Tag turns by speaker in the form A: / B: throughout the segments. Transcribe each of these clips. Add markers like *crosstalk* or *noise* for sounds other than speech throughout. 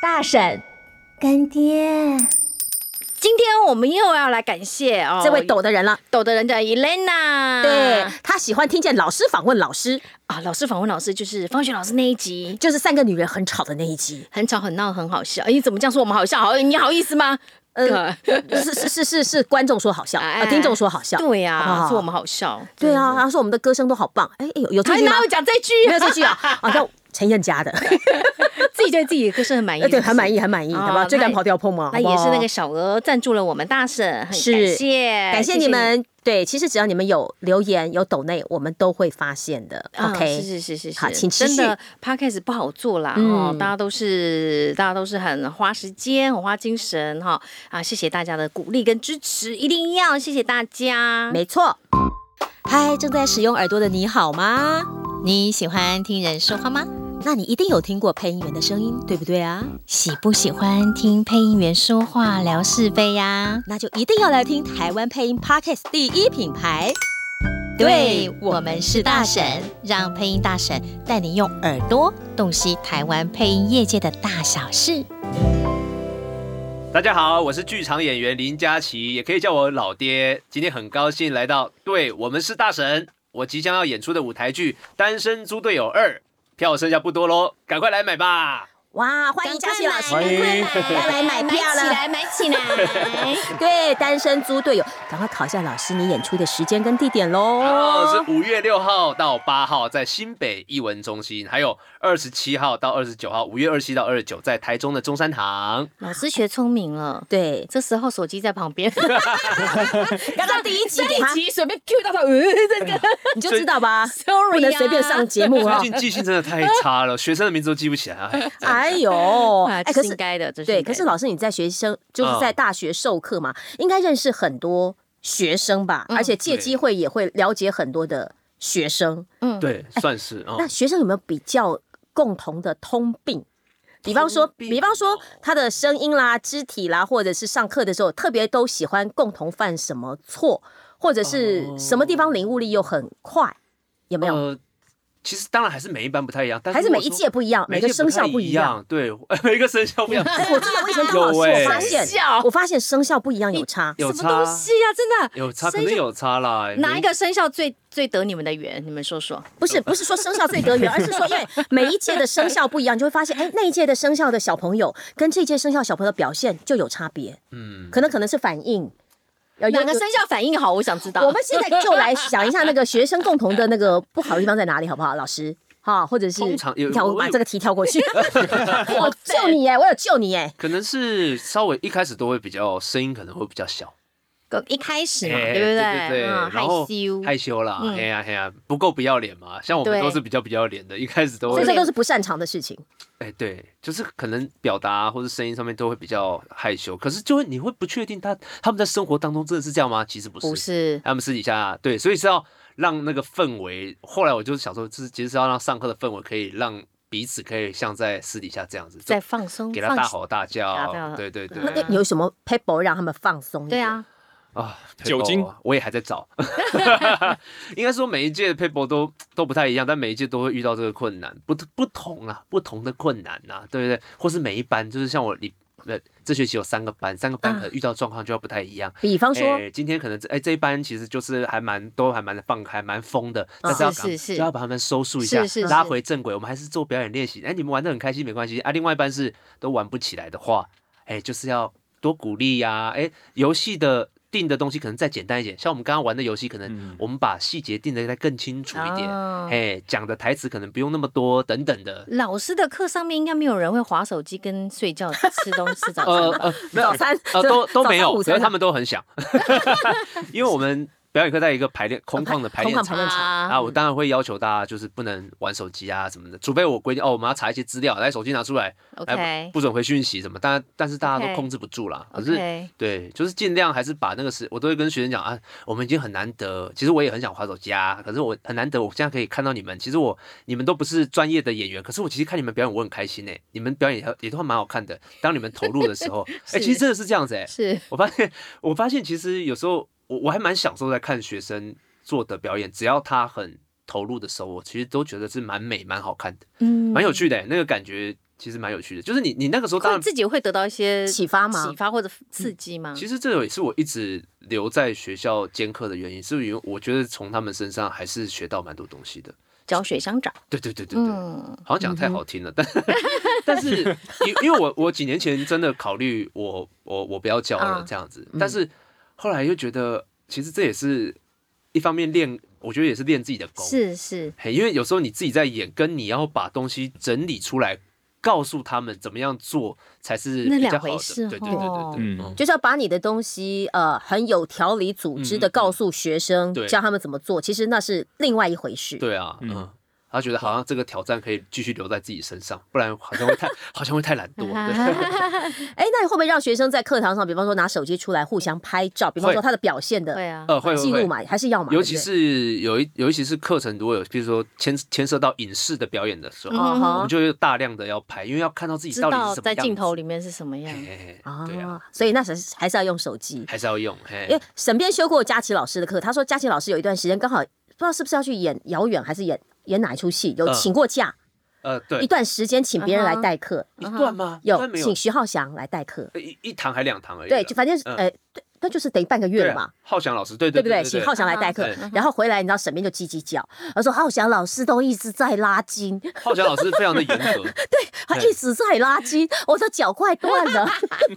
A: 大婶，
B: 干爹，
A: 今天我们又要来感谢哦嗯
C: 这位抖的人了。
A: 抖的人叫 Elena，
C: 对他喜欢听见老师访问老师，
A: 啊，老师访问老师就是方雪老师那一集。
C: 就是三个女人很吵的那一
A: *laughs*
C: 集。
A: 很吵很闹很好笑，哎，你怎么这样说我们好笑？好，你好意思吗？
C: 呃，是是是是是，观众说好笑，
A: 哎
C: 呃，听众说好笑。
A: 对呀、
C: 啊
A: 说我们好笑，
C: 对啊，他说我们的歌声都好棒。哎，哎有有这
A: 还
C: 句吗
A: 哪？有讲这句、
C: 没有这句啊，啊，那陈燕家的，
A: *laughs* 自己对自己的歌声很满意，
C: 呃对，很满意，很满意，
A: 哦
C: 好不好？追赶跑调碰嘛，
A: 那
C: 好不
A: 也
C: 好
A: 是那个小额赞助了我们大婶，很
C: 是
A: 感谢，
C: 感谢你。们。对，其实只要你们有留言、有抖内，我们都会发现的。
A: 啊
C: OK，
A: 是是是是是，
C: 好请持
A: 真
C: 续
A: 的 podcast 不好做啦，哦
C: 嗯，
A: 大家都是大家都是很花时间、很花精神哈、啊，谢谢大家的鼓励跟支持，一定要谢谢大家。
C: 没错。嗨，正在使用耳朵的你好吗？
A: 你喜欢听人说话吗？
C: 那你一定有听过配音员的声音，对不对啊？
A: 喜不喜欢听配音员说话聊是非呀、
C: 那就一定要来听台湾配音 Podcast 第一品牌。
D: 对我们是大婶，让配音大婶带你用耳朵洞悉台湾配音业界的大小事。
E: 大家好，我是剧场演员林佳琪，也可以叫我老爹。今天很高兴来到《对我们是大神》，我即将要演出的舞台剧《单身猪队友二》，票剩下不多喽，赶快来买吧！
C: 哇，欢迎嘉琪老师，
A: 赶快买
C: 赶快来买票
A: 起
C: 了。
A: 来，买起
C: *laughs*
A: 来！
C: 对，单身猪队友，赶快考一下老师你演出的时间跟地点
E: 哦
C: 喽，。
E: 是五月六号到八号在新北艺文中心，还有二十七号到二十九号，五月二十七到二十九在台中的中山堂。
A: 老师学聪明了，
C: 对，
A: 这时候手机在旁边，
C: 刚刚第一集给
A: 这
C: 他，
A: 集随便 Q 到他，呃，这个
C: 你就知道吧，
A: sorry 啊
C: 不能随便上节目
E: *laughs* 最
C: 啊。
E: 近记性真的太差
C: *laughs*
E: 了，学生的名字都记不起来。哎
C: 哎呦，
A: 啊，
C: 哎，
A: 这
C: 可
A: 是
C: 是
A: 应该的，这是
C: 对，
A: 应该
C: 可是
A: 的
C: 老师你在学生就是
E: 嗯
C: 在大学授课嘛，应该认识很多学生吧，
A: 嗯
C: 而且借
E: 对
C: 机会也会了解很多的学生。
E: 对，算是哦
C: 那。学生有没有比较共同的通病？比方说，
E: 通病
C: 比方说
E: 哦
C: 他的声音啦、肢体啦，或者是上课的时候，特别都喜欢共同犯什么错，或者是
E: 哦
C: 什么地方领悟力又很快，有没有？
E: 呃，其实当然还是每一班不太一样，但
C: 还是
E: 如
C: 每
E: 果
C: 一
E: 说
C: 届不一样，每个生肖
E: 不
C: 不
E: 太
C: 一
E: 嗯一
C: 样。
E: 样，对， *laughs* 每个生肖不一
A: *laughs*
E: 样。
C: 哎，我真的，我以前当老师，
E: 有欸
C: 我发现
A: 生肖，
C: 我发现生肖不一哎样有差。
E: 有
A: 什么
E: 差
A: 东西啊，真的
E: 有差，可
A: 生
E: 能
A: 肖
E: 有差啦。
A: 哪一个生肖最最得你们的缘？你们说说。
C: 不是不是说生肖最得缘，而是说因为每一届的生肖不一样，你就会发现，哎，那一届的生肖的小朋友跟这届生肖小朋友的表现就有差别，
E: 嗯，
C: 可能可能是反应。有
A: 哪个生肖反应好？我想知道。 *laughs*
C: 我们现在就来想一下那个学生共同的那个不好的地方在哪里，好不好，老师？哈，或者是
E: 通常有
C: 跳
E: 我有
C: 把这个题跳过
E: *laughs*
C: 去。 *laughs* 我救你耶，我有救你耶。
E: 可能是稍微一开始都会比较声音可能会比较小，
A: 一开始嘛，
E: 哎
A: 对不对？
E: 对对，
A: 嗯，害
E: 然后
A: 羞，
E: 害羞啦，
A: 嗯
E: 哎呀哎呀，不够不要脸嘛。像我们
A: 对
E: 都是比较不要脸的，一开始都
C: 所以
E: 会
C: 这，都是不擅长的事情。
E: 哎对，就是可能表达啊或者声音上面都会比较害羞，可是就会你会不确定他他们在生活当中真的是这样吗？其实不是，
A: 不是
E: 他们私底下对，所以是要让那个氛围。后来我就是想说，就是其实是要让上课的氛围可以让彼此可以像在私底下这样子，
A: 在
E: 就
A: 放松，
E: 给他大
A: 放
E: 吼大
A: 大叫
E: 叫，对对对，
C: 那那有什么 paper 让他们放松？
A: 对，啊，
F: *laughs*
E: 啊，
F: 酒精
E: paper 我也还在找， *laughs* 应该说每一届的 paper 都都不太一样，但每一届都会遇到这个困难，不不同啊，不同的困难啊，对不对？或是每一班就是像我你呃这学期有三个班，三个
A: 啊
E: 班可能遇到状况就要不太一样。
C: 比方
E: 哎，
C: 说，
E: 今天可能这哎、这一班其实就是还蛮都还蛮放开蛮疯的，但是要赶
A: 嗯是是是
E: 就要把他们收束一下，
A: 是是是
E: 拉回正轨。我们还是做表演练习。哎、你们玩的很开心没关系啊。另外一班是都玩不起来的话，哎、就是要多鼓励呀、哎、游戏的定的东西可能再简单一点，像我们刚刚玩的游戏，可能
F: 嗯
E: 我们把细节定的再更清楚一点。
A: 哦
E: 哎，讲的台词可能不用那么多，等
A: *laughs*
E: 等的。
A: 老师的课上面应该没有人会划手机跟睡觉、吃东西、吃早
E: *laughs*
A: 餐
E: 呃
A: 吧？
E: 呃，没有
C: 早餐
E: 呃，都都
C: 早餐
E: 没有，
C: 午
E: 所以
C: 餐
E: 他们都
C: *laughs*
E: 很想， *laughs* 因为我们表演课在一个排练空旷的排练
C: 空旷
E: 场
C: 排练场
E: 啊，我当然会要求大家就是不能玩手机啊什么的，除非我规定哦，我们要查一些资料，来手机拿出来，哎
A: OK
E: 不不准回讯息什么，但但是大家
A: OK
E: 都控制不住啦，可是。
A: OK，
E: 对，就是尽量还是把那个时，我都会跟学生讲啊，我们已经很难得，其实我也很想划手机啊，可是我很难得，我现在可以看到你们，其实我你们都不是专业的演员，可是我其实看你们表演我很开心呢、你们表演也也都还蛮好看的，当你们投入的时候，哎、其实真的是这样子哎、
A: 是
E: 我发现，我发现其实有时候我我还蛮享受在看学生做的表演，只要他很投入的时候，我其实都觉得是蛮美、蛮好看的，
A: 嗯
E: 蛮有趣的欸、那个感觉。其实蛮有趣的。就是你你那个时候
A: 嗯
E: 当
A: 会
E: 然
A: 自己会得到一些
C: 启发吗
A: 启发或者刺激吗？
E: 嗯其实这个也是我一直留在学校兼课的原因，是因为我觉得从他们身上还是学到蛮多东西的。
A: 脚水相长，
E: 对对对对对，
A: 嗯，
E: 好像讲得太好听了，但但是因因为我我几年前真的考虑我我我不要教了
A: 啊
E: 这样子，但是后来又觉得其实这也是一方面练，我觉得也是练自己的功，
A: 是是，
E: 嘿，因为有时候你自己在演，跟你要把东西整理出来。告诉他们怎么样做才是
A: 那
E: 比较
A: 两回
E: 好的，
A: 事
E: 对对对对
A: 哦
E: 对，
F: 嗯
C: 就是要把你的东西，呃，很有条理、组织的
E: 嗯嗯
C: 告诉学生，
E: 对
C: 教他们怎么做。其实那是另外一回事。
E: 对啊，
F: 嗯
E: 嗯，他觉得好像这个挑战可以继续留在自己身上，不然好像会太好像会太懒
C: *laughs*
A: *laughs*
E: 惰。对， *laughs*
C: 哎，那你会不会让学生在课堂上，比方说拿手机出来互相拍照，比方说
E: 会
C: 他的表现的
A: 会 *laughs* 啊，
E: 呃，会
C: 记录
E: 会会。
C: 嘛，还是要嘛？
E: 尤其
C: 对不对
E: 是有一尤其是课程如果有，比如说牵牵涉到影视的表演的时候，
A: 嗯
E: 我们
C: 哦
E: 就会大量的要拍，因为要看到自己
A: 知
E: 到底
A: 道
E: 是什么
A: 在
E: 样子
A: 镜头里。面是什么样
E: 嘿。嘿嘿
C: 啊
E: 对啊，，
C: 所以那时还是要用手机。
E: 还是要用。
C: 因
E: 嘿
C: 为，沈边修过佳琪老师的课，他说佳琪老师有一段时间刚好不知道是不是要去演《遥远》还是演演哪一出戏，有
E: 嗯
C: 请过假、
E: 呃，对
C: 一，段时间，请别人
A: 嗯
C: 来代课，
E: 一段吗？一段
C: 有
E: 没
C: 请
E: 有，
C: 徐浩翔来代课，
E: 呃一一堂还两堂而已啦。
C: 对，就反正、呃，对，那就是等于半个月
E: 对
C: 了
E: 啊
C: 嘛。
E: 浩翔老师，对
C: 对
E: 对
C: 不
E: 对
C: 对？请浩翔来代课
A: 嗯
E: 对，
C: 然后回来，你知道沈边就叽叽叫，他说浩翔老师都一直在拉筋，
E: 浩翔老师非常的严
C: *laughs*
E: 格，
C: 他一直在拉筋，我的脚快断
E: *laughs*
C: 了。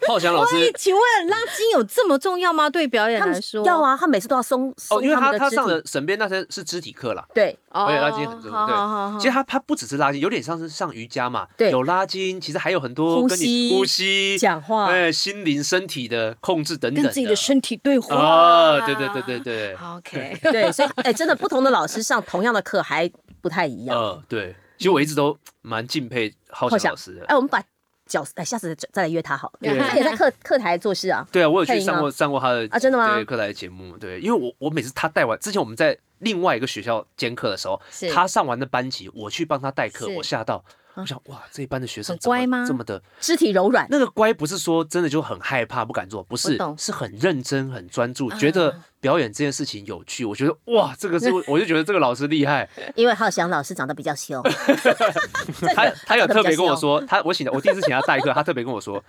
E: 浩翔老师
A: 哎 *laughs* 请问拉筋有这么重要吗？对表演
C: 他
A: 来
C: 们
A: 说，
C: 要啊，他每次都要松
E: 哦，
C: 松
E: 因为
C: 们
E: 他
C: 的
E: 他
C: 肢
E: 上
C: 体。
E: 了沈边那些是肢体课啦， *laughs*
C: 对，
A: 哦，
E: 而且拉筋很重要
A: 好好好好
E: 其实它它不只是拉筋，有点像是上瑜伽嘛，
C: 对
E: 有拉筋，其实还有很多
C: 呼
E: 跟
C: 吸
E: 你呼吸、
C: 讲话
E: 哎，心灵、身体的控制等等，
A: 跟自己的身体对话。
E: 啊，对对对对对， *laughs*
A: OK，
C: 对，所以哎，真的不同的老师上同样的课还不太一样。
E: 呃，对，其实我一直都蛮敬佩浩
C: 浩
E: 翔
C: 翔
E: 老师的，
C: 哎，我们把角哎，下次再再来约他好了。
E: 对
C: 他也在课课台做事啊。
E: 对啊，我有
C: 配
E: 去
C: 音
E: 上过上过他的
C: 啊真的吗
E: 对，课台节目，对，因为我我每次他带完，之前我们在另外一个学校兼课的时候
A: 是，
E: 他上完的班级，我去帮他代课，
A: 是啊
E: 我吓到，我想哇，这一班的学生
A: 很乖
E: 怎么
A: 吗
E: 这么的
C: 肢体柔软，
E: 那个乖不是说真的就很害怕不敢做，不
A: 我
E: 是
A: 懂，
E: 是很认真、很专注，觉
C: 嗯
E: 得表演这件事情有趣。我觉得哇，
C: *laughs*
E: 这个是我我就觉得这个老师厉害。
C: 因为浩翔老师长得比较
E: *laughs*
C: 凶，
E: 他他有
C: 长得比较
E: 特别跟我
C: 凶
E: 说，他我请我第一次请他代课，他特别跟我说，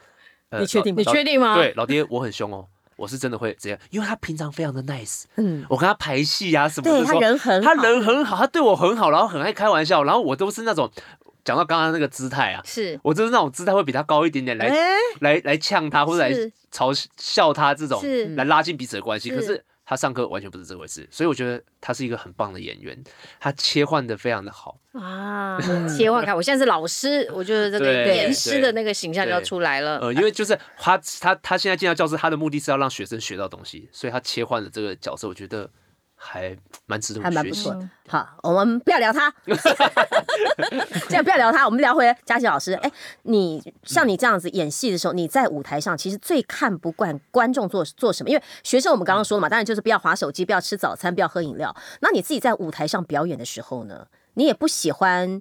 E: 呃
C: 你确定吗
A: 你
E: 老
A: 确定吗？
E: 对，，老爹我很凶哦。我是真的会这样，因为他平常非常的 nice，
C: 嗯
E: 嗯，我跟他排戏啊什么
C: 对
E: 的时
C: 他
E: 候，
C: 人很
E: 他
C: 好
E: 人很好，他对我很好，然后很爱开玩笑，然后我都是那种讲到刚刚那个姿态啊，
A: 是哎
E: 我就是那种姿态会比他高一点点来、来来呛他，或者来
A: 是
E: 嘲笑他这种
A: 是，
E: 来拉近彼此的关系。
A: 是
E: 可是他上课完全不是这回事，所以我觉得他是一个很棒的演员，他切换的非常的好。
A: 啊，切换开。我现在是老师，我觉得这个
E: 对
A: 严师的那个形象就要
E: 对
A: 出来了。
E: 呃，因为就是他他他现在进到教室，他的目的是要让学生学到东西，所以他切换的这个角色，我觉得还蛮值得我
C: 还
E: 们
C: 蛮
E: 学
C: 不
E: 习
C: 错。。的。好，我们不要聊他， *laughs* 这样不要聊他，我们聊回嘉琪老
E: 啊
C: 师。哎，你像你这样子演戏的时候，你在舞台上其实最看不惯观众做做什么，因为学生我们刚刚
E: 嗯
C: 说了嘛，当然就是不要划手机，不要吃早餐，不要喝饮料。那你自己在舞台上表演的时候呢，你也不喜欢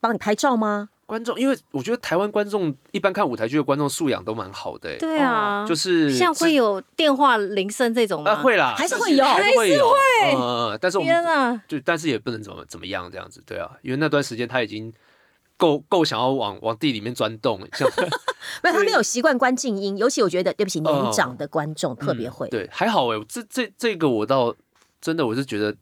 C: 帮你拍照吗？
E: 观众，因为我觉得台湾观众一般看舞台剧的观众素养都蛮好的、欸，
A: 对啊，
E: 就是
A: 像
E: 自
A: 会有电话铃声这种吗？
E: 啊，会啦，
C: 还是会有
E: 还是会有，嗯嗯，嗯但是我
A: 天
E: 们
A: 啊，
E: 就但是也不能怎么怎么样这样子，对啊，因为那段时间他已经够够想要往往地里面钻洞，像
C: 没有，他没有习惯关静音，尤其我觉得对不起，年
E: 哦
C: 长的观众 *laughs* 特别会。
E: 对，还好哎、我这这这个我倒真的我是觉得，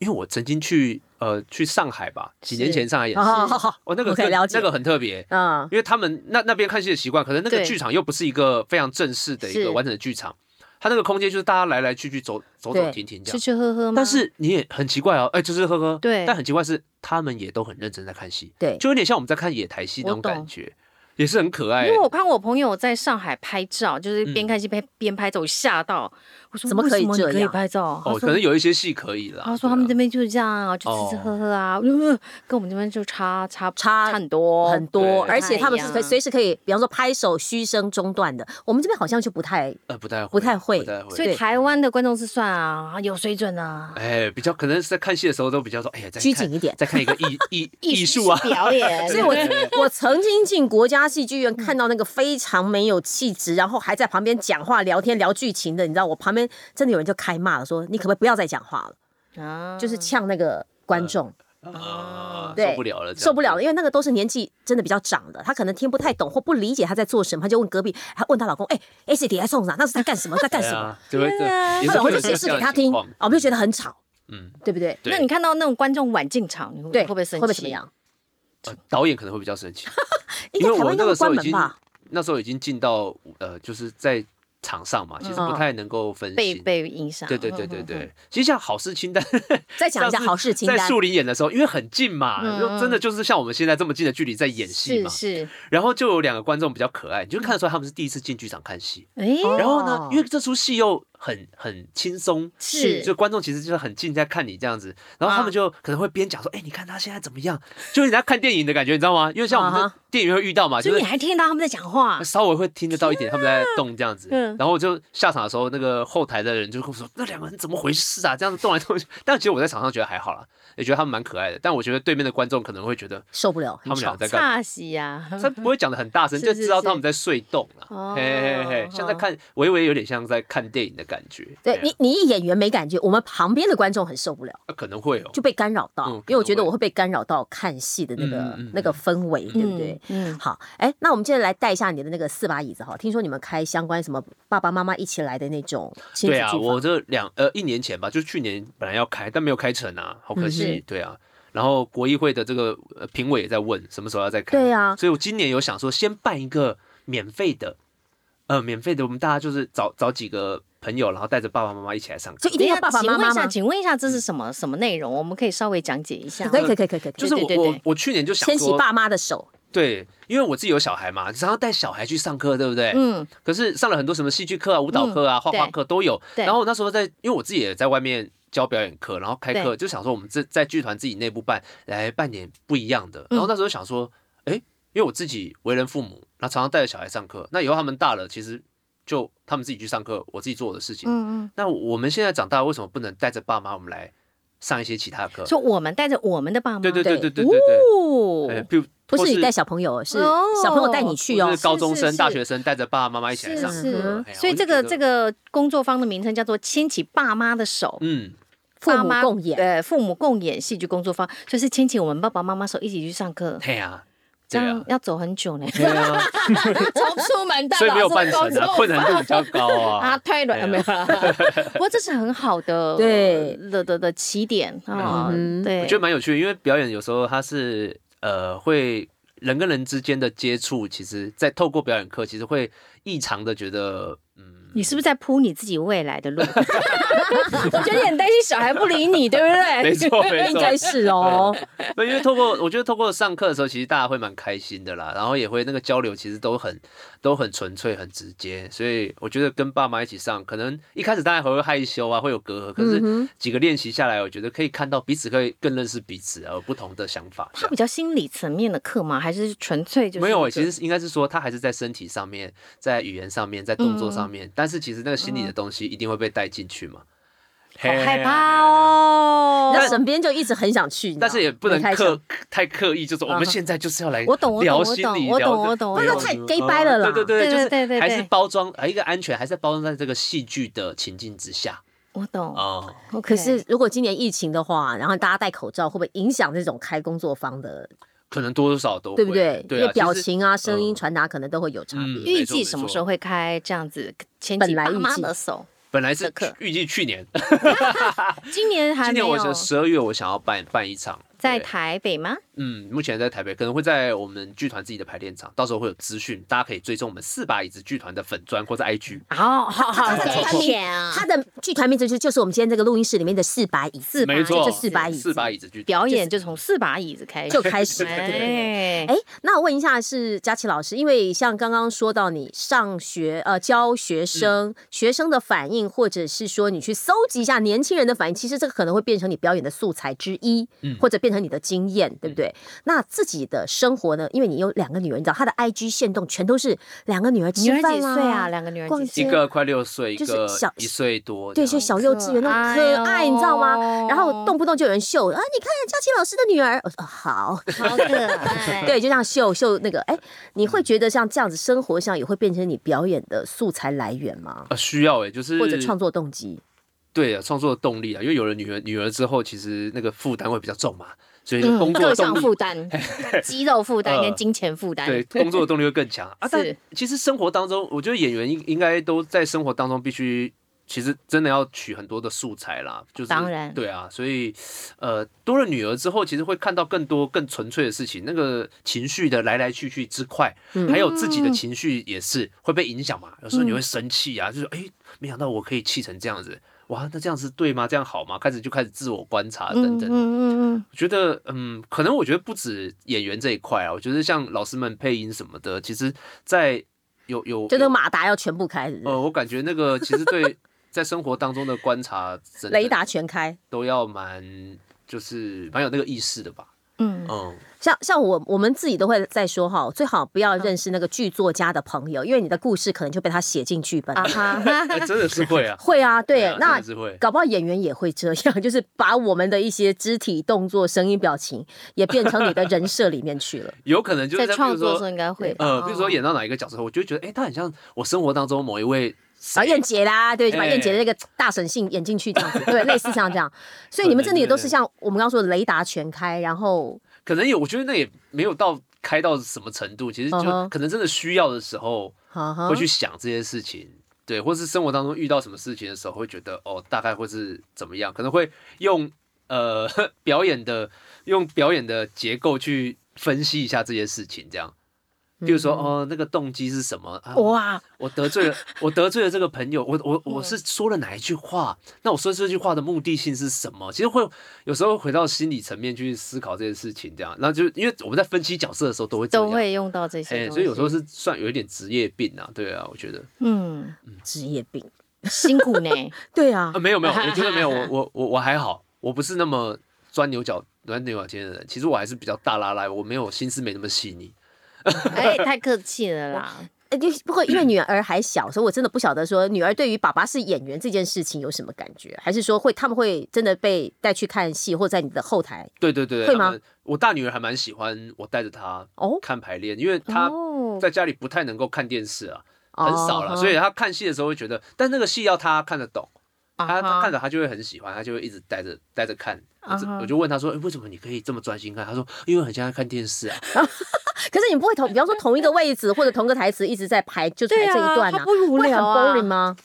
E: 因为我曾经去呃去上海吧，几年前上海演戏，
C: 好好好，
E: 哦那个
C: OK，
E: 特
C: 了解
E: 那个很特别，
C: 嗯，
E: 因为他们那那边看戏的习惯，可能那个
A: 对
E: 剧场又不是一个非常正式的一
A: 是
E: 个完整的剧场，它那个空间就是大家来来去去走走
C: 对
E: 走停停这
A: 吃吃
E: 样。
A: 喝喝吗？
E: 但是你也很奇怪哦，哎、吃吃喝喝，
A: 对
E: 但很奇怪是他们也都很认真在看戏，
C: 对
E: 就有点像我们在看野台戏那
A: 我
E: 种
A: 懂
E: 感觉，也是很可爱
A: 因为。我看我朋友在上海拍照，就是边
E: 哎嗯
A: 看戏边边拍照，我吓到，我说
C: 怎么可以
A: 为什你
C: 这
A: 可以
C: 样
A: 拍照？他
E: 哦，可
A: 说
E: 能有一些戏可以啦。
A: 他哦说
E: 对啊
A: 他们这边就是这样啊，就吃吃
E: 哦
A: 喝喝啊，呃跟我们这边就差差
C: 差
A: 很多
C: 很多，
E: 对
C: 而且他们是可以
A: 太阳
C: 随时可以，比方说拍手、嘘声中断的。我们这边好像就不太
E: 呃不太
C: 不太会
E: 不太会。
A: 所以
C: 对
A: 台湾的观众是算啊有水准啊，
E: 哎，比较可能是在看戏的时候都比较说，哎呀，再
C: 呃拘
E: 看
C: 谨一点
E: 再看一个
C: *laughs*
E: 艺艺艺术啊，
A: 表演，
C: 所以我
A: *laughs*
C: 我曾经进国家戏剧院看到那个非常没有气质，然后还在旁边讲话、聊天、聊剧情的，你知道，我旁边真的有人就开骂了，说你可不可以不要再讲话了，
A: 啊
C: 就是呛那个观众。
E: *laughs* 啊，
C: 哦对
E: 受不了了，
C: 受不了了，
E: 了。
C: 因为那个都是年纪真的比较长的，他可能听不太懂或不理解他在做什么，他就问隔壁，还问她老公，哎、s D 在送啥？那是在干什么？在干
E: 对
C: 什么？
E: 啊，就会这，也
C: 她
E: 是
C: 老公
E: 会有
C: 就解释
E: 这样
C: 给
E: 的
C: 他
E: 情
C: 听，
E: 况
C: 哦，我们就觉得很吵，
E: 嗯，
C: 对不对？
E: 对
A: 那你看到那种观众晚进场，你会
C: 对，
A: 会不会生气？
C: 会不会怎么？样？
E: 呃导演可能会比较生气，
C: *laughs* 应
E: 因为
C: 该台湾
E: 我
C: 应该
E: 那
C: 会
E: 个时候
C: 关
E: 已
C: 门
E: 经
C: 吧？
E: 那时候已经进到呃，就是在场上嘛，其实不
C: 嗯
E: 太能够分
A: 被
E: 心。
A: 被影响？
E: 对对对
A: 嗯，嗯
E: 对
A: 嗯
E: 对，其实像好事清单，
C: 再讲一下
E: 上次
C: 好事清单
E: 在树林演的时候，因为很近嘛，
A: 嗯
E: 就真的就是像我们现在这么近的距离在演戏
A: 是
E: 嘛。
A: 是，
E: 然后就有两个观众比较可爱，你就看得出来他们是第一次进剧场看戏。
A: 哎，
C: 哦
E: 然后呢，因为这出戏又很很轻松，
A: 是
E: 就观众其实就是很近在看你这样子，然后他们就可能会边讲说：“哎、你看他现在怎么样？”就是人家看电影的感觉，你知道吗？因为像我们
C: 啊
E: 在电影院会遇到嘛，
A: 所
E: 就
A: 以
E: 是
A: 你还听得到他们在讲话？
C: 哦
E: 稍微会听得到一点他们在动这样子。
C: 啊
A: 嗯
E: 然后我就下场的时候，那个后台的人就跟我说：“那两个人怎么回事啊？这样子动来动去。” *laughs* 但其实我在场上觉得还好啦，也觉得他们蛮可爱的。但我觉得对面的观众可能会觉得
C: 受不了，
E: 他
C: 很
E: 们俩
C: 吵。嗯
E: 在干嘛？
A: 差戏呀，
E: 他不会讲的很大声，
A: 是
E: 就是知道
A: 是
E: 他们在睡动
A: 哦
E: 了。嘿嘿嘿，像在看，微微有点像在看电影的感觉。
C: 哦对
E: 嘿
C: 你，你一演员没感觉，我们旁边的观众很受不了，
E: 啊可能会哦。
C: 就被干扰到，
E: 嗯
C: 因为我觉
E: 可
C: 得
E: 能会
C: 我会被干扰到看戏的那个、
E: 嗯嗯嗯
C: 那个氛围，对不对？
A: 嗯，
C: 好，哎，那我们接着来带一下你的那个四把椅子哈。听说你们开相关什么爸爸妈妈一起来的那种亲子
E: 对
C: 剧
E: 啊，
C: 房
E: 我这两呃一年前吧，就是去年本来要开，但没有开成啊，好可惜。对啊，然后国议会的这个呃评委也在问什么时候要再开。
C: 对啊
E: 所以我今年有想说，先办一个免费的，呃，免费的，我们大家就是找找几个朋友，然后带着爸爸妈妈一起来上课
C: 就。一定要爸爸妈妈
A: 请问一下，
C: 吗？嗯
A: 请问一下，这是什么什么内容？我们可以稍微讲解一下吗。
C: 可以可以可以可以可以，
E: 就是我
A: 对对对
E: 我我去年就想
C: 牵起
E: 说，哎
C: 爸妈的手，哦
E: 对，因为我自己有小孩嘛，常常带小孩去上课，对不对？
A: 嗯，
E: 可是上了很多什么戏剧课啊、舞蹈课啊、画画课都有。
A: 对
E: 然后我那时候在，因为我自己也在外面教表演课，然后开课就想说，我们这在剧团自己内部办，来办点不一样的。
A: 嗯
E: 然后那时候想说，哎、因为我自己为人父母，然后常常带着小孩上课，那以后他们大了，其实就他们自己去上课，我自己做我的事
A: 嗯
E: 情。
A: 嗯，
E: 那我们现在长大，为什么不能带着爸妈我们来上一些其他课？
A: 就我们带着我们的爸妈，
E: 对对对对对对对。
A: 哦
E: 哎，比如
C: 不
E: 或
C: 是你带小朋友，是
A: 哦
C: 小朋友带你去
E: 就
C: 哦
E: 是。高中
A: 是
E: 生
A: 是、
E: 大学生带着爸爸妈妈一起来
A: 是
E: 上
A: 是
E: 课，哎呀
A: 所以
E: 我就
A: 这个
E: 觉得
A: 这个工作坊的名称叫做“牵起爸妈的手”，
E: 嗯，
C: 父
A: 爸
C: 母
A: 妈
C: 共演，
A: 呃，父母共演戏剧工作坊，就是牵起我们爸爸妈妈手一起去上课，
E: 对呀，
A: 这
E: *laughs* 对
A: 样
E: 啊，
A: 要走很久
E: *laughs*
A: 呢，
E: 对啊，
A: 从出门到
E: 所以没有
A: 老
E: 办
A: 师
E: 成
A: 工作
E: 啊，
A: 坊
E: 困难度比较高
A: *laughs* 啊，
E: 啊。
A: 太软了没有
E: *laughs*
A: 啦。不过这是很好的，
C: 对
A: 的的的起点啊，
C: 嗯
A: 对，
E: 我觉得蛮有趣的，因为表演有时候它是呃会。人跟人之间的接触，其实，在透过表演课，其实会异常的觉得，嗯，
A: 你是不是在铺你自己未来的
E: *laughs*
A: 路？ *laughs* 我觉得你很担心小孩不理你，对不对？
E: 没错，没
C: 应
E: 错，
C: 该是哦。
E: 对，因为透过我觉得透过上课的时候，其实大家会蛮开心的啦，然后也会那个交流，其实都很都很纯粹、很直接，所以我觉得跟爸妈一起上，可能一开始大家还会害羞啊，会有隔阂，可
A: 嗯
E: 是几个练习下来，我觉得可以看到彼此，可以更认识彼此啊，有不同的想法。这
A: 它
E: 样
A: 比较心理层面的课吗？还是纯粹就是
E: 没
A: 一
E: 有、欸，
A: 个
E: 其实应该是说他还是在身体上面，在语言上面，在动作
A: 嗯
E: 上面，但是其实那个心理的东西一定会被带进去嘛。
A: 好害怕啊
E: 嘿。
A: 哦。
C: 那沈编就一直很想去，你知道
E: 但是也不能
C: 没开成
E: 刻太刻意，就说我们现在就是要来
A: 我懂我懂
E: 聊
A: 我
E: 心
A: 懂
E: 理
A: 我
E: 聊
A: 懂
E: 这
A: 我懂
E: 不
A: 我
E: 要
A: 懂
C: 太
E: 嗯
C: gay 掰了啦
E: 对对
A: 对
E: 就
A: 对对
E: 是还是
A: 对
E: 包装呃一个安全，还是包装在这个戏剧的情境之下
A: 我懂，
E: 哦。
A: OK
C: 可是如果今年疫情的话，然后大家戴口罩，会不会影响这种开工作坊的，
E: 可能多多少少都
C: 对不
E: 会
C: 对？
E: 对啊
C: 因为表
E: 其实
C: 情啊、声音
E: 嗯
C: 传达可能都会有差
E: 嗯
C: 别。
A: 预计什么时候
E: 没错没错
A: 会开这样子前
C: 本
A: 几
C: 来
A: 爸
C: 预
A: 妈
C: 计
A: 的手？
E: 本来是
A: 的课
E: 预计去年，
A: 今年还
E: *laughs* 今
A: 没
E: 年
A: 有
E: 我想十二月我想要办办一场
A: 在
E: 对
A: 台北吗？
E: 嗯，目前在台北，可能会在我们剧团自己的排练场，到时候会有资讯，大家可以追踪我们四把椅子剧团的粉砖或者 IG。
A: 好好好，
C: 在台
A: 谢
C: 北
A: 谢啊！
C: 他的剧团名字就是就是我们今天这个录音室里面的四把椅子，
E: 没错，
C: 就四把椅子，
E: 四把椅子剧团
A: 表演就从四把椅子开始，
C: 就开始。对对对。
A: 哎
C: 哎，那我问一下，是佳琪老师，因为像刚刚说到你上学呃教
A: 嗯
C: 学生、学生的反应，或者是说你去搜集一下年轻人的反应，其实这个可能会变成你表演的素材之一，
E: 嗯
C: 或者变成你的经验，
A: 嗯
C: 对不对？那自己的生活呢？因为你有两个女儿，你知道她的 IG 线动全都是两个女儿
A: 女
C: 吃
A: 儿
C: 饭
A: 几
C: 啦
A: 岁啊？两个女儿
C: 逛
A: 几
C: 街
A: 岁？
E: 一个快六岁，一
C: 就是
E: 个
C: 小
E: 一岁多这
C: 对，
E: 样，
C: 就小幼稚园那种可
A: 可
C: 爱，
A: 爱哦
C: 你知道吗？然后动不动就有人秀啊，你看佳琪老师的女儿，我说哦好，
A: 好可爱。
C: 对，就像秀秀那个，哎，你会觉得像这样子生活上也会变成你表演的素材来源吗？
E: 呃需要哎、就是
C: 或者创作动机？
E: 对啊，创作的动力啊，因为有了女儿女儿之后，其实那个负担会比较重嘛，所以
C: 嗯
E: 工作
A: 各
E: 的动
A: 项
E: 力
A: 负担、肌肉负担跟金钱负担，
E: 对，工作的动力会更强
A: *laughs*
E: 啊。但
A: 是
E: 其实生活当中，我觉得演员应应该都在生活当中必须，其实真的要取很多的素材啦。就是
A: 当然
E: 对啊，所以呃，多了女儿之后，其实会看到更多更纯粹的事情，那个情绪的来来去去之快，
A: 嗯
E: 还有自己的情绪也是会被影响嘛。有时候你会生气啊，就是哎、诶没想到我可以气成这样子。哇，那这样是对吗？这样好吗？开始就开始自我观察等等，
A: 嗯嗯
E: 我觉得，嗯，可能我觉得不止演员这一块啊，我觉得像老师们配音什么的，其实在有有
C: 就那个马达要全部开，是不是
E: 呃，我感觉那个其实对在生活当中的观察，真的
C: 雷达全开。
E: 都要蛮就是蛮有那个意识的吧，
A: 嗯嗯，
E: 嗯，
C: 像像我我们自己都会在说哈，最好不要认识那个剧作家的朋友，因为你的故事可能就被他写进剧本。，
A: 啊哈，
E: *laughs* 哎真的是会啊
C: 会啊， *laughs* 对，
E: 啊
C: 那
E: 真的是会
C: 搞不好演员也会这样， *laughs* 就是把我们的一些肢体动作、声音、表情也变成你的人设里面去了。
E: 有可能就
A: 在
E: 是在比
A: 创
E: 如
A: 作的时候
E: 说
A: 应该会吧，
E: 呃，比如
C: 哦
E: 说演到哪一个角色，我就会觉得，哎、他很像我生活当中某一位谁
C: 啊，燕姐啦，对，就把
E: 哎
C: 燕姐的那个大神性演进去这样子，对，类似像这样。所以你们真的也都是像我们刚刚说的雷达全开，然后
E: 可能有，我觉得那也没有到开到什么程度，其实
C: 嗯
E: 就
C: 哼
E: 可能真的需要的时候。
C: 哈哈
E: 会去想这些事情，对，或是生活当中遇到什么事情的时候，会觉得哦，大概会是怎么样，可能会用呃 *laughs* 表演的用表演的结构去分析一下这些事情，这样。比如说，哦，那个动机是什么
A: 哦
E: 啊？
C: 哇，
E: 我得罪了，我得罪了这个朋友，我我我是说了哪一句话？那我说这句话的目的性是什么？其实会有时候回到心理层面去思考这些事情，这样，然后就因为我们在分析角色的时候都会这样
A: 都会用到这些
E: 哎、
A: 东西，
E: 所以有时候是算有一点职业病啊，对啊，
A: *laughs*
E: 我觉得
A: 嗯
C: 职业病。
A: 辛苦
E: *laughs*
A: 呢，
C: 对啊
E: 啊，，没有没有，我觉得
A: *laughs*
E: 没有，我我我我还好，我不是那么钻牛角钻牛角尖的人，其实我还是比较大拉拉，我没有心思没那么细腻，
A: 哎，太客气了
E: *laughs*
A: 啦，
C: 哎就是不过因为女儿还小，所以我真的不晓得说女儿对于爸爸是演员这件事情有什么感觉，还是说会他们会真的被带去看戏，或在你的后台
E: 对对对，
C: 会
E: 他
C: 吗
E: 们？我大女儿还蛮喜欢我带着她
C: 哦
E: 看排练，因为她
A: 哦，
E: 在家里不太能够看电视啊，很少了，
C: 哦
A: 嗯
E: 所以她看戏的时候会觉得，但那个戏要她看得懂。她
A: 啊
E: 她
A: 哈
E: 看着她就会很喜欢，她就会一直带着带着看。我就
A: 啊哈
E: 我就问她说、诶为什么你可以这么专心看？她说：“因为很像在看电视啊。”
C: 可是你们不会同，比方说同一个位置或者同个台词一直在排，就排
A: 对
C: 这
A: 啊
C: 一段
A: 他不会无
C: 会很
A: 聊啊
C: boring 吗？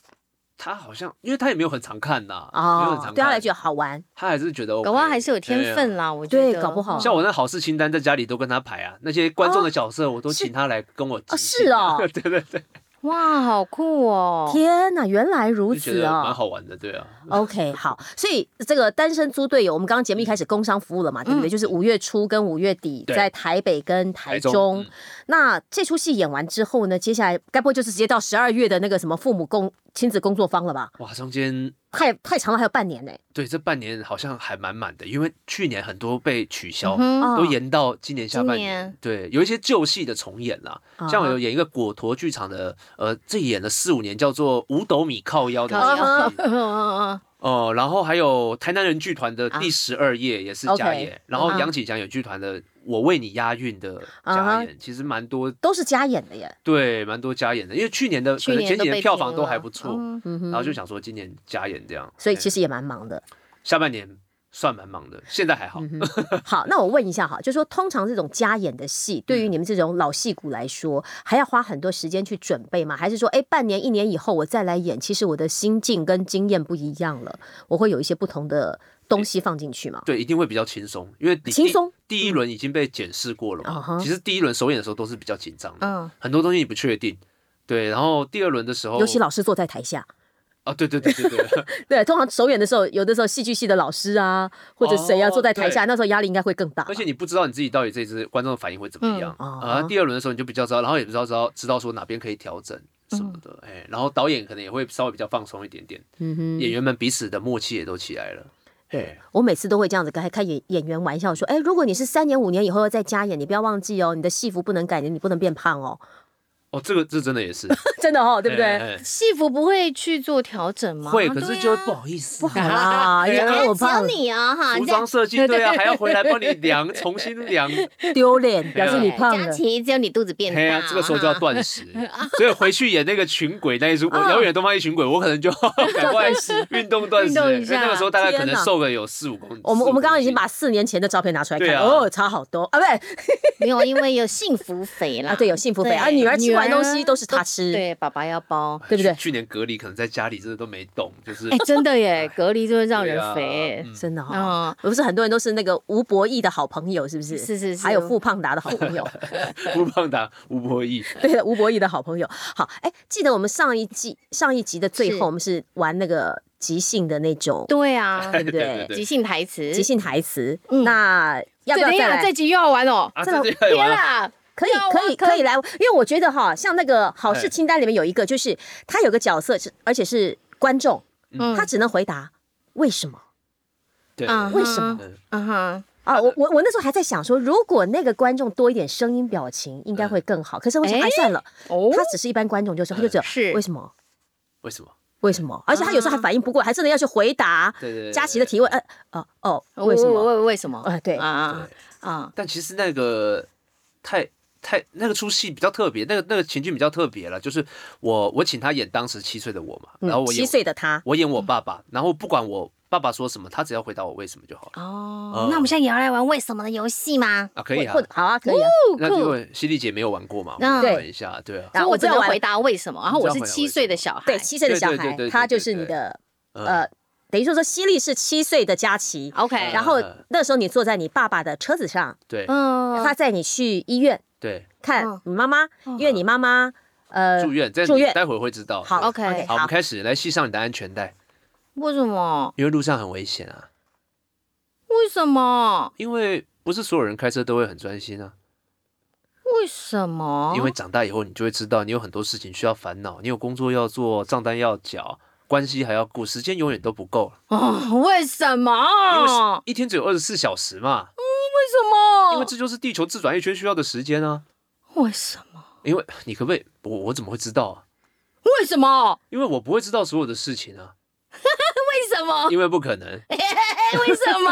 E: 他好像，因为他也没有很常看呐、没有很常
C: 哦
E: 看，，
C: 对他来觉得好玩，
E: 他还是觉得 OK,，
A: 搞不好还是有天分
E: 啦。
A: 啦，我觉得
C: 对搞不好
E: 像我那好事清单在家里都跟他排啊，那些观众的角色我都请他来跟我集
C: 哦
E: 训
C: 是哦
E: 对对对，
A: 哇，好酷哦，
C: 天哪，原来如
E: 就觉
C: 此
E: 得
C: 哦，
E: 蛮好玩的，对啊，
C: OK，好，所以这个单身租队友，我们刚刚节目一开始工商服务了嘛，对不对？就是五月初跟五月底
E: 嗯对
C: 在台北跟台中。
E: 中嗯
C: 那这出戏演完之后呢，接下来该不会就是直接到十二月的那个什么父母工亲子工作坊了吧？
E: 哇，中间
C: 太太长了，还有半年呢、
E: 对这半年好像还满满的，因为去年很多被取消，
A: 嗯哼
E: 都延到今年下半
A: 今
E: 年
A: 年。
E: 对，有一些旧戏的重演啦，像我有演一个果陀剧场的，呃，这演了四五年，叫做《五斗米靠腰》
A: 靠
E: 的
A: 腰
E: 戏。
A: 嗯嗯
E: 哦，然后还有台南人剧团的第十二夜也是加
C: 啊 OK，
E: 演，然后
C: 嗯
E: 杨启祥有剧团的《我为你押韵》的加
C: 啊哈
E: 演，其实蛮多，
C: 都是加演的耶。
E: 对，蛮多加演的，因为去年的
A: 嗯，
E: 可
A: *laughs* 去
E: 能前
A: 年
E: 几
A: 都
E: 年
A: 被
E: 票
A: 停
E: 房都还
A: 了
E: 不错，
A: 嗯
C: 嗯
E: 然后
C: 哼，
E: 就想说今年加演这样，
C: 所以其
E: 实
C: 实也蛮忙的。
E: 下半年算蛮忙的，现在还
C: 嗯
E: 好，
C: *laughs* 好，那我问一下哈，就说通常这种加演的戏，对于
E: 嗯
C: 你们这种老戏骨来说，还要花很多时间去准备吗？还是说，哎，半年、一年以后我再来演，其实我的心境跟经验不一样了，我会有一些不同的东西放进去吗？
E: 对，一定会比较轻松，因为你第
C: 轻松嗯
E: 第一轮已经被检视过了
C: 啊
E: 嘛，
C: 哈
E: 其实第一轮首演的时候都是比较紧张的，
A: 嗯，
E: 很多东西你不确定，对，然后第二轮的时候，
C: 尤其老师坐在台下， *laughs*
E: 啊，对对对对对。
C: 对，通常首演的时候，有的时候戏剧系的老师啊，或者谁啊
E: 哦
C: 坐在台下，
E: 对
C: 那时候压力应该会更大吧。
E: 而且你不知道你自己到底这次观众的反应会怎么样
C: 嗯
E: 啊、
C: 啊
E: 第二轮的时候你就比较知道，然后也不知道知道知道说哪边可以调整什么的，哎、然后导演可能也会稍微比较放松一点点，
C: 嗯哼
E: 演员们彼此的默契也都起来了。
C: 对
E: 哎，
C: 我每次都会这样子开开演演员玩笑说，哎，如果你是三年五年以后要再加演，你不要忘记哦，你的戏服不能改，你不能变胖哦。
E: 哦，这个这真的也是，
C: 真的 *laughs* 哦，对不
E: 哎
C: 对？
E: 哎哎
A: 戏服不会去做调整吗？
E: 会，可是就
A: 对啊
E: 不好意思，
C: 不 *laughs* 好啦，因
A: 啊
C: 为我
A: 只
C: 怕
A: 有你啊，哈，这样
E: 服装设计对啊，还要回
C: *laughs*
E: 来帮你量，重新量。
C: 丢
E: *laughs*
C: 脸，
E: 啊
C: 表示你胖
A: 佳
C: 了。
A: 琪只有你肚子变大，
E: 嘿呀，这个时候就要
A: 哈
E: 断食，
C: 啊
E: 所以回去演那个群鬼那一出，我遥远东方一群鬼，我可
C: *laughs*
E: 能就赶快运动断食，
A: 运动一
E: 因为那
A: 下
E: 个时候大概可
C: 天
E: 能
C: 哪
E: 瘦个有四五公斤。
C: 我们我们刚刚已经把
E: 四
C: 四年前的照片拿出来看，
E: 对啊
C: 哦，差好多啊！不对
A: *laughs* 没有，因为有幸福肥啦。
E: *laughs*
C: 啊，对，有幸福肥啊，女儿吃完东西都是她吃，
A: 对，爸爸要
C: *laughs*
A: 包
E: 五公斤，。
C: 对不对
E: 去去年隔离可能在家里真的都没动，就是
A: 哎，真的耶，
C: *laughs*
A: 隔离就会让人
E: 对
A: 肥
E: 啊。嗯 *laughs*
C: 真的哈、
A: 嗯，
C: 不是很多人都是那个吴博义的好朋友，是不是？
A: 是是是
C: 还有傅胖达的好朋
A: *laughs*
C: 友，
E: 不胖达吴博
C: *laughs*
E: 义，
C: 对的，吴博义的好朋友。好，哎，记得我们上一季上一集的最
A: 是
C: 后，我们是玩那个即兴的那种，
A: 对啊，
E: *laughs*
C: 对不对？
A: 即兴台词，
C: 即兴台词。
A: 嗯
C: 那要不
A: 这
C: 要
A: 等一
C: 再
A: 下
C: 来
A: 这？集又要玩哦，
E: 啊，
C: 真的
E: 这这
A: 天
E: 完了，
A: 啦！
C: 可以
A: 要啊
C: 可以可以来，因为我觉得哈，像那个好事
E: 哎
C: 清单里面有一个，就是他有个角色是，而且是观众，
A: 嗯
C: 他只能回答为什么
E: 对，
A: 嗯
C: 啊为什么
E: 嗯
A: 嗯哼，
C: 啊？我我我那时候还在想说，如果那个观众多一点声音表情，应该会更好。可是我想，
A: 哎
C: 哎，算了，
A: 哦，
C: 他只是一般观众，就是他就只有
A: 是
C: 为什么
E: 为什么？
C: 为什么，而且他有时候还反应不过来，还真的要去回答
E: 对对对，
C: 佳琪的提问，呃哦哦，为什
A: 为
C: 么？
A: 为为什么？
C: 啊对
A: 啊
E: 对
A: 啊啊！
E: 但其实那个太太那个出戏比较特别，那个那个情境比较特别了，就是我我请他演当时七岁的我嘛，然
C: 嗯，
E: 后哦我演
C: 七岁的嗯他，
E: 我演我爸爸，然后不管我爸爸说什么，他只要回答我为什么就好了
A: 哦
E: 哦，
A: 那我们现在也要来玩为什么的游戏吗？
E: 啊，可以啊
C: 或。好啊，可以啊。
E: 那如果犀利姐没有玩过嘛，我
A: 嗯
E: 们玩一下，对啊，
A: 所以
C: 啊
A: 我
C: 我
A: 只
C: 知道
A: 能
C: 玩
A: 回答为什么，然后我
E: 你
A: 是
E: 知道回答
A: 七岁的小孩，
C: 对，七岁的小
E: 对对
C: 孩
E: 对，对
C: 他就
E: 对
C: 是你
E: 对
C: 的
E: 呃，
C: 呃，等于说说犀利是七岁的佳琪
A: OK
C: 然后
E: 嗯
C: 那时候你坐在你爸爸的车子上，
E: 对
A: 嗯，
C: 他载你去医院
E: 对，
A: 嗯
C: 看你妈妈，因为你妈妈呃
E: 住院，这
C: 住院
E: 待会儿会知道。
C: 好
A: OK
E: 好，
C: 好
E: 我们，开始来系上你的安全带，
A: 为什么？
E: 因为路上很危险啊，
A: 为什么？
E: 因为不是所有人开车都会很专心啊，
A: 为什么？
E: 因为长大以后你就会知道，你有很多事情需要烦恼，你有工作要做，账单要缴，关系还要顾，时间永远都不够了，
A: 哦，为什
E: 因为
A: 么？
E: 一天只有二十四小时嘛，
A: 为什么？
E: 因为这就是地球自转一圈需要的时间啊。
A: 为什么？
E: 因为你可不可以？我我怎么会知道啊？
A: 为什么？
E: 因为我不会知道所有的事情啊，
A: 为什么？
E: 因为不可能，
A: 哦哎，为什么？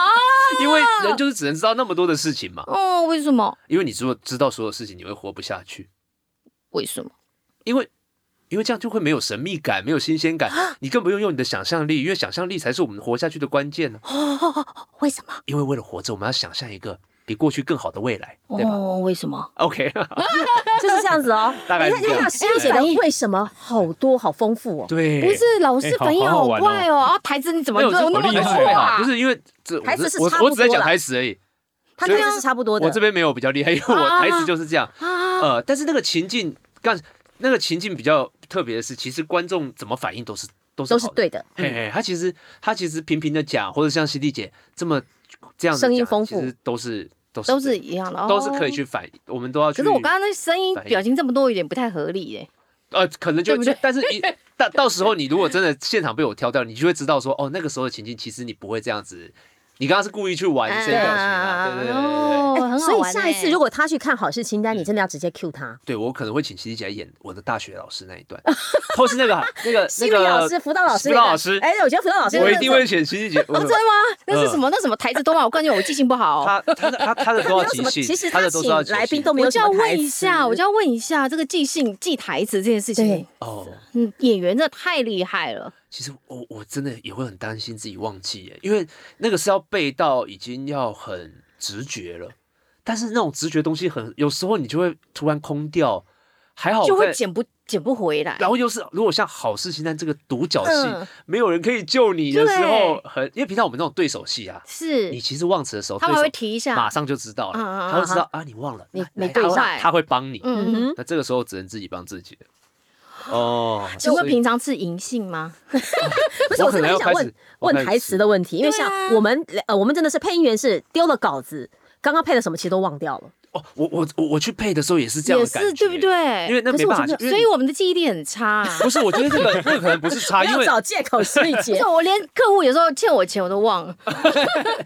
E: 因为人就是只能知道那么多的事情嘛。
A: 哦，为什么？
E: 因为你如果知道所有事情，你会活不下去，
A: 为什么？
E: 因为因为这样就会没有神秘感，没有新鲜感，你更不用用你的想象力，因为想象力才是我们活下去的关键呢、
A: 为什么？
E: 因为为了活着，我们要想象一个比过去更好的未来，对吧、
A: 哦，为什么？
E: o k
C: 就是这样子哦
E: *laughs* 。大概
C: 你
E: 是
C: 看你
E: 这样
C: 看，犀利姐的为什么好多好丰富哦，
E: 对，
A: 不是老师
F: 哎好
A: 反应
F: 好好玩哦
A: 快哦，啊，台词你怎么
E: 没有这
A: 做那
F: 好
A: 么
F: 厉害
A: 多啊？
E: 不是因为这
C: 台词是
E: 我
C: 差
E: 只
C: 不
E: 我只在
C: 多
E: 讲
C: 啦
E: 台词而已，
C: 他跟他是差不多
E: 我这
C: 的。
E: 边没有比较厉害，因为我台词就是这样。
A: 啊，
E: 呃，但是那个情境，刚那个情境比较特别的是，其实观众怎么反应都是都是
C: 都是
E: 好的。
C: 对的，
E: 嘿嘿，他其实他其实平平的讲，或者像西弟姐这么这样子
C: 声音
E: 讲
C: 丰富
E: 其实都是都是
A: 都是
E: 对的
A: 一样的，哦
E: 都是可以。去反应，我们都要
A: 可
E: 去。
A: 是我刚刚那声音
E: 反应
A: 表情这么多，有点不太合理耶。
E: 呃，可能就
A: 对不对
E: 就但是一到到时候你如果真的现场被我挑掉，你就会知道说，哦，那个时候的情境其实你不会这样子，你刚刚是故意去玩声音表情啊，对对对对对。
A: 哦，很好
C: 哎所以
A: 玩耶。
C: 下一次如果他去看好事清单，你真的要直接 Q 他。
E: 对我可能会请琪琪姐来演我的大学老师那一段， *laughs* 或是那个那个
C: 心
E: 那
C: 理
E: 个
C: 老师、辅导老师那
E: 辅导
C: 个，
E: 老师，
C: 哎，我觉得辅导老师
E: 我
C: 那
E: 一
C: 个
E: 定会选琪琪姐。我
A: 哦，真的吗？那是什嗯么？那什么台词都吗？我感觉我记性不好哦。
E: 他他的他他的都要
C: *laughs* 没有
E: 即
C: 什么
E: 兴，
C: 其实
E: 他
C: 他
E: 的都是要
C: 请
E: 即兴
C: 来宾都没有
A: 我就要
C: 什么台
A: 问一下，
C: 词
A: 我就要问一下这个即兴记台词这件事情
C: 对，
E: 哦。
A: 嗯，演员真的太厉害了。
E: 其实我我真的也会很担心自己忘记耶，因为那个是要背到已经要很直觉了，但是那种直觉东西很有时候你就会突然空掉，还好
A: 就会
E: 在
A: 捡不捡不回来。
E: 哦然后又是如果像好事情，但这个独角戏、
A: 嗯
E: 没有人可以救你的时候
A: 对，
E: 很因为平常我们那种对手戏啊，
A: 是
E: 你，其实忘词的时候，
A: 他们还
E: 对
A: 会
E: 手
A: 提一下
E: 马上就知道了，
A: 嗯嗯嗯
E: 他会知道啊，你忘了，
C: 你
E: 来
C: 你
E: 来
C: 对
E: 他
A: 上
E: 会他会帮你。
A: 嗯嗯。
C: 嗯
E: 那这个时候只能自己帮自己了。哦，
A: 请问
E: 所以
A: 平常是银杏吗？
C: 不是，
E: 我
C: 我
E: 可
C: 真
E: 能
C: 的
E: 要
C: 很想
E: 开
C: 问
E: 始我开
C: 问
E: 始
C: 台词的啊问题，因为像我们呃，我们真的是配音员是丢了稿子，刚刚配了什么其实都忘掉了。
E: 哦，我我我我去配的时候也是这样
A: 也
E: 的感觉，
A: 是对不？对？
E: 因为那
A: 可是
E: 没
A: 我
E: 办法
A: 真的
E: 因为
A: 所以我们的记忆力很差、啊。
E: *laughs* 不是，我觉得这个这个可能不是差，
C: 不
A: *laughs*
E: 啊因
C: 要
E: 为
C: 找借口，所以姐 *laughs*
A: 就我连客户有时候欠我钱我都忘了，
E: *laughs*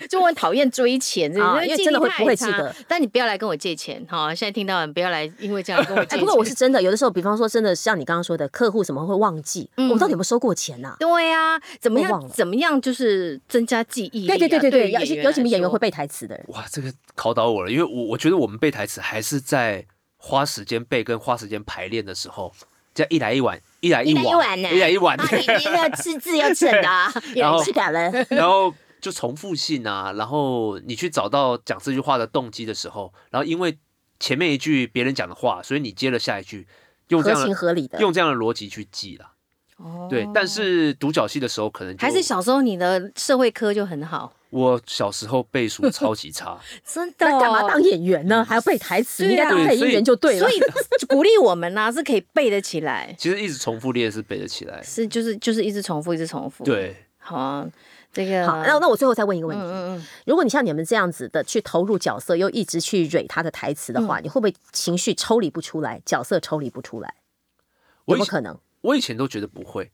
A: 就我很讨厌追钱，
C: 啊因为
A: 记忆
C: 真的
A: 力
C: 会
A: 太
C: 不会
A: 差
C: 记得。
A: 但你不要来跟我借钱，哈！现在听到人不要来，因为这样跟我借
C: 哎，
A: 钱。
C: 不过我是真的，有的时候，比方说，真的像你刚刚说的，客户什么会忘记，我
A: 嗯
C: 们到底有没有收过钱啊呐？
A: 对呀、怎么
C: 我忘了
A: 样？怎么样？就是增加记忆力、啊。
C: 对对对对对，
A: 于
C: 尤其尤其我们
A: 来
C: 演员
A: 说
C: 会背台词的人，
E: 哇，这个考倒我了，因为我我觉得我们背台词还是在花时间背跟花时间排练的时候，这样一来一往，一来一
A: 一
E: 往，
A: 来一往呢
E: 一来一往，
A: 你那个吃字要整啊，
E: 然后
C: 是啊感恩。
E: 然后就重复性啊，然后你去找到讲这句话的动机的时候，然后因为前面一句别人讲的话，所以你接了下一句，用这
C: 合
E: 样
C: 情
E: 的
C: 合理的，
E: 用这样的逻辑去记啦。
A: 哦
E: 对，但是独角戏的时候，可能就
A: 还是小时候你的社会科就很好，
E: 我小时候背书超
C: *laughs*
E: 级差，
A: 真的、
C: 那干嘛当演员呢？还要背台词？你应该当
E: 对
C: 配音员就对了
A: 所。 *laughs* 以鼓励我们呐、是可以背得起来，
E: 其实一直重复练是背得起来。
A: 是就是就是一直重复，一直重复。，
E: 对，
A: 好啊，这个
C: 好，那那我最后再问一个问
A: 嗯
C: 题：
A: 嗯嗯，
C: 如果你像你们这样子的去投入角色，又一直去蕊他的台词的话，
A: 嗯
C: 你会不会情绪抽离不出来，角色抽离不出来？有
E: 我
C: 没
E: 以
C: 有
E: 前
C: 可能？
E: 我以前都觉得不会，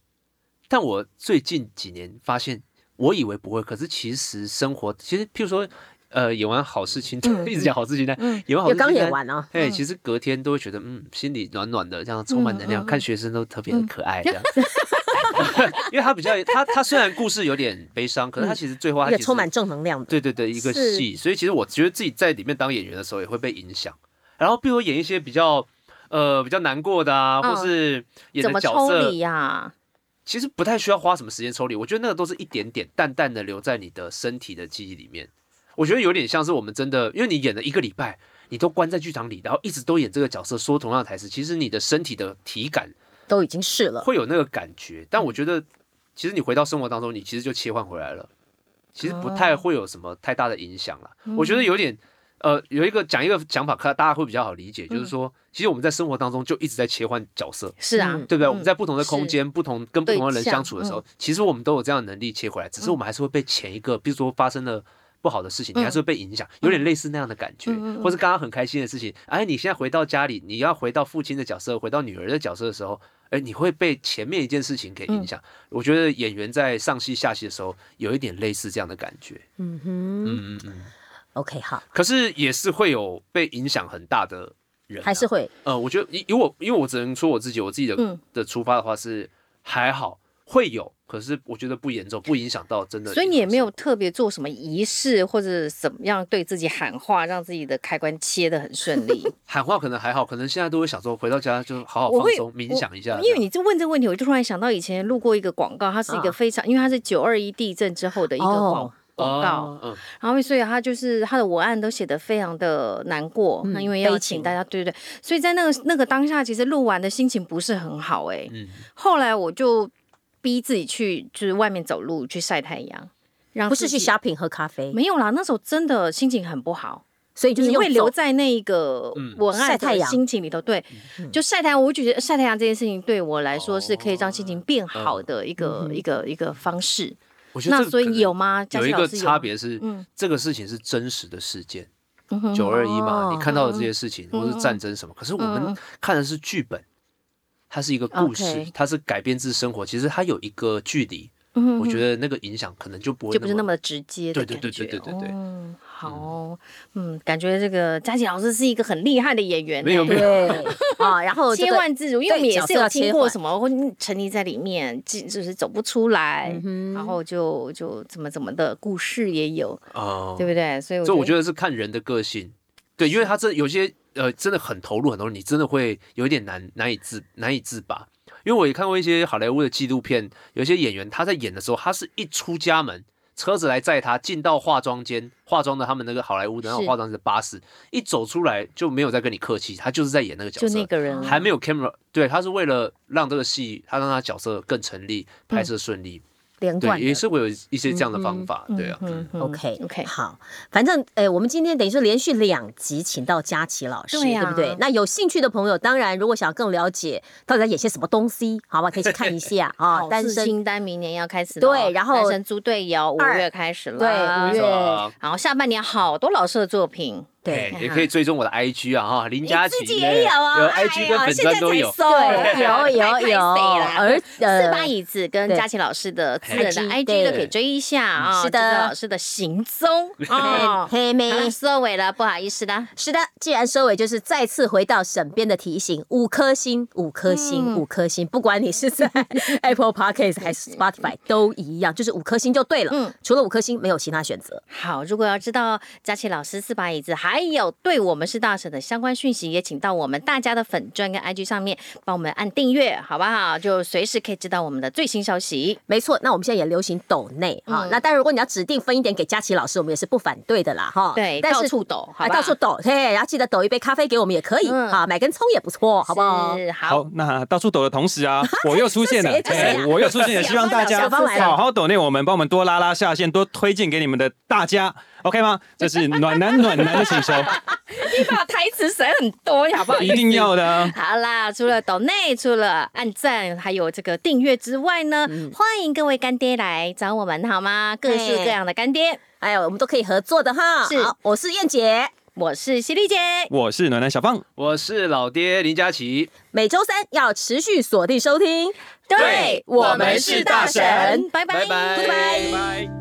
E: 但我最近几年发现，我以为不会，可是其实生活其实，譬如说，呃，演完好事情，
C: 嗯
E: 一直讲好事情，但演完
C: 因
E: 好
C: 为
E: 事情，
C: 刚演。完啊，
E: 哎、其实隔天都会觉得，嗯，心里暖暖的，这样充满能
C: 嗯
E: 量，看学生都特别的可爱，这样。
C: *laughs*
E: 因为他比较，他他虽然故事有点悲伤，可是他其实最后他
C: 一个
E: 其实
C: 充满正能量的。
E: 对对对，一个
A: 是
E: 戏，所以其实我觉得自己在里面当演员的时候也会被影响。然后，比如演一些比较呃比较难过的啊，
A: 嗯
E: 或是演
A: 怎
E: 的
A: 么
E: 角
A: 抽
E: 色
A: 离，呀、啊
E: 其实不太需要花什么时间抽离。我觉得那个都是一点点淡淡的留在你的身体的记忆里面。我觉得有点像是我们真的，因为你演了一个礼拜，你都关在剧场里，然后一直都演这个角色，说同样的台词，其实你的身体的体感
C: 都已经试了。
E: 会有那个感觉。但我觉得，其实你回到生活当中，你其实就切换回来了，其实不太会有什么太大的影响啦。我觉得有点，呃，有一个讲一个想法，可大家会比较好理解，就是说，其实我们在生活当中就一直在切换角色。
A: 是啊，
C: 嗯
E: 对不对？
A: 嗯
E: 我们在不同的空间、不同跟不同的
A: 对
E: 人
A: 象
E: 相处的时候，其实我们都有这样的能力切回来，
C: 嗯
E: 只是我们还是会被前一个，比如说发生了。不好的事情，你还
C: 嗯
E: 是会被影响，有点类似那样的感觉，或是刚刚很开心的事情，哎，你现在回到家里，你要回到父亲的角色，回到女儿的角色的时候，哎，你会被前面一件事情给
C: 嗯
E: 影响。我觉得演员在上戏下戏的时候，有一点类似这样的感觉，
C: 嗯哼
E: 嗯嗯嗯。
C: ，OK，好，
E: 可是也是会有被影响很大的人啊、
C: 还是会
E: 呃，我觉得以以我因为我只能说我自己，我自己的、
A: 嗯
E: 的出发的话是还好会有，可是我觉得不严重，不影响到真的。
A: 所以你也没有特别做什么仪式或者怎么样对自己喊话，让自己的开关切得很顺利。
E: 喊话，可能还好，可能现在都会想说回到家就好好
A: 我
E: 放
A: 会
E: 松，冥想一下。
A: 因为你就问这个问题，我就突然想到以前路过一个广告，它是一个
C: 啊
A: 非常，因为它是九二一地震之后的一个广、
C: 哦
A: 广告，
E: 哦嗯，
A: 然后所以它就是它的文案都写得非常的难过，
C: 嗯
A: 那因为要
C: 悲
A: 请
C: 情
A: 大家对对对，所以在那个那个当下，其实录完的心情不是很好哎、
E: 嗯
A: 后来我就逼自己去就是外面走路去晒太阳，让
C: 不是
A: 自
C: 去
A: 己
C: shopping 喝咖啡，
A: 没有啦，那时候真的心情很不好。
C: 所以就是
A: 你
C: 用
A: 会留
C: 走
A: 在那一个
E: 嗯
A: 文案
C: 晒太
A: 的
C: 阳
A: 心情里头，对，就晒太阳，我就觉得晒太阳这件事情对我来说是可以让心情变好的一个、一个一个方式。
E: 我觉得
A: 那
E: 这个
A: 所以
E: 可能
A: 你有吗？嘉
E: 有
A: 欣
E: 一
A: 老
E: 个
A: 师有
E: 差别是，
A: 嗯
E: 这个事情是真实的事件，
A: 嗯哼嗯
E: 九二一嘛，
C: 哦
E: 你看到的这些事情或是战争什么，可是我们看的是剧本，它是一个故事
A: OK，
E: 它是改编自生活，其实它有一个距离，
A: 嗯哼
E: 我觉得那个影响可能就不会
A: 就不是
E: 那
A: 那
E: 么
A: 么直接的
E: 对
A: 感
E: 对
A: 觉。
E: 对对对对对
A: 哦好哦，嗯，感觉这个佳琪老师是一个很厉害的演员、欸，
E: 没
A: *laughs*
E: 有没有
C: 对啊，然后这
A: 切
C: 个
A: 换自如，因为我们
C: 对
A: 也
C: 角
A: 是
C: 色
A: 有
C: 要切
A: 听过
C: 换
A: 什么会沉溺在里面，就就是走不出来，
C: 嗯哼
A: 然后就就怎么怎么的故事也有，
E: 哦
A: 对不对？所以
E: 所以我觉
A: 得
E: 得是看人的个性，对，因为他这有些呃真的很投入很多，你真的会有一点难难以自难以自拔。因为我也看过一些好莱坞的纪录片，有一些演员他在演的时候，他是一出家门，车子来载他进到化妆间，化妆的他们那个好莱坞的那种
A: 是
E: 化妆间的巴士，一走出来就没有再跟你客气，他就是在演那个角
A: 就
E: 色，
A: 那个人
E: 还没有 camera，对，他是为了让这个戏，他让他角色更成立，
A: 嗯
E: 拍摄顺利，
C: 连贯
E: 对，也
C: 的。
E: 是会有一些这样的方法，对啊，嗯
A: 嗯哼
C: OK
A: OK，
C: 好，反正呃，我们今天等于说连续两集请到佳琪老师，
A: 对呀
C: 不对？那有兴趣的朋友，当然如果想要更了解到底在演些什么东西，好吧，可以去看一
A: *laughs*
C: 下啊。
A: 好
C: 单
A: 事
C: 身
A: 清单明年要开始了哦，
C: 对然后
A: 单身猪队友五
C: 二
A: 月开始了，哦
C: 对五
E: 没错
C: 月
E: 啊
A: 然后下半年好多老师的作品，
C: 对
E: 哎也可以追踪我的 IG 啊哈，林佳
A: 嗯
E: 琪
A: 自己也有啊
E: 有
A: 哎呀
E: IG 跟粉专都有
A: 现在才。搜
C: 对，有有有，而
A: 四八
C: 呃，
A: 椅子跟
C: 对
A: 佳琪老师的私人的
C: IG
A: IG 都可以追一下啊，
C: 嗯是的
A: 知道老师的
C: *laughs*
A: 行踪哦。
C: 黑妹
A: 好了收尾了，不好意思啦。
C: 是的，既然收尾，就是再次回到沈编的提醒：五颗星，五颗星，
A: 嗯
C: 五颗星。不管你是
A: *laughs*
C: 在 Apple Podcast 还是 Spotify，都一样，就是五颗星就对了。
A: 嗯
C: 除了五颗星，没有其他选择。
A: 好，如果要知道佳琪老师四把椅子，还有对我们是大神的相关讯息，也请到我们大家的粉专跟 IG 上面帮我们按订阅，好不好？就随时可以知道我们的最新消息。
C: 没错，那我们现在也流行抖内哈。
A: 嗯
C: 那当然，如果你要指定分一点给佳琪老师，我们也是不反对的啦哈。
A: 对
C: 但是
A: 到处抖好
C: 哎
A: 吧
C: 到处抖，嘿，然后记得抖一杯咖啡给我们也可以
A: 嗯
C: 啊，买根葱也不错，好不好？
A: 是
C: *laughs*
A: 好，
F: 好，那到处抖的同时啊，我又出现了
C: 这谁这谁啊，
F: 哎我又出现了，希望大
C: 小
F: 家
C: 芳来了
F: 好好抖内我们，帮我们多拉拉下线，多推荐给你们的大家，OK 吗？这是暖男暖男的请
C: *laughs*
F: 求，
A: 你把台词省很多，好不好？
F: 一定要的啊。
A: 好啦，除了抖内，除了按赞，还有这个订阅之外呢，欢迎各位干爹来找我们好吗？各式各样的干爹，
C: 哎呀，我们都可以合作的哈。
A: 是
C: 好，我是燕姐，
A: 我是犀利姐，
F: 我是暖男小放，
E: 我是老爹林佳琪，
C: 每周三要持续锁定收听。
E: 对我们是大神
A: 拜拜，
E: 拜拜。拜拜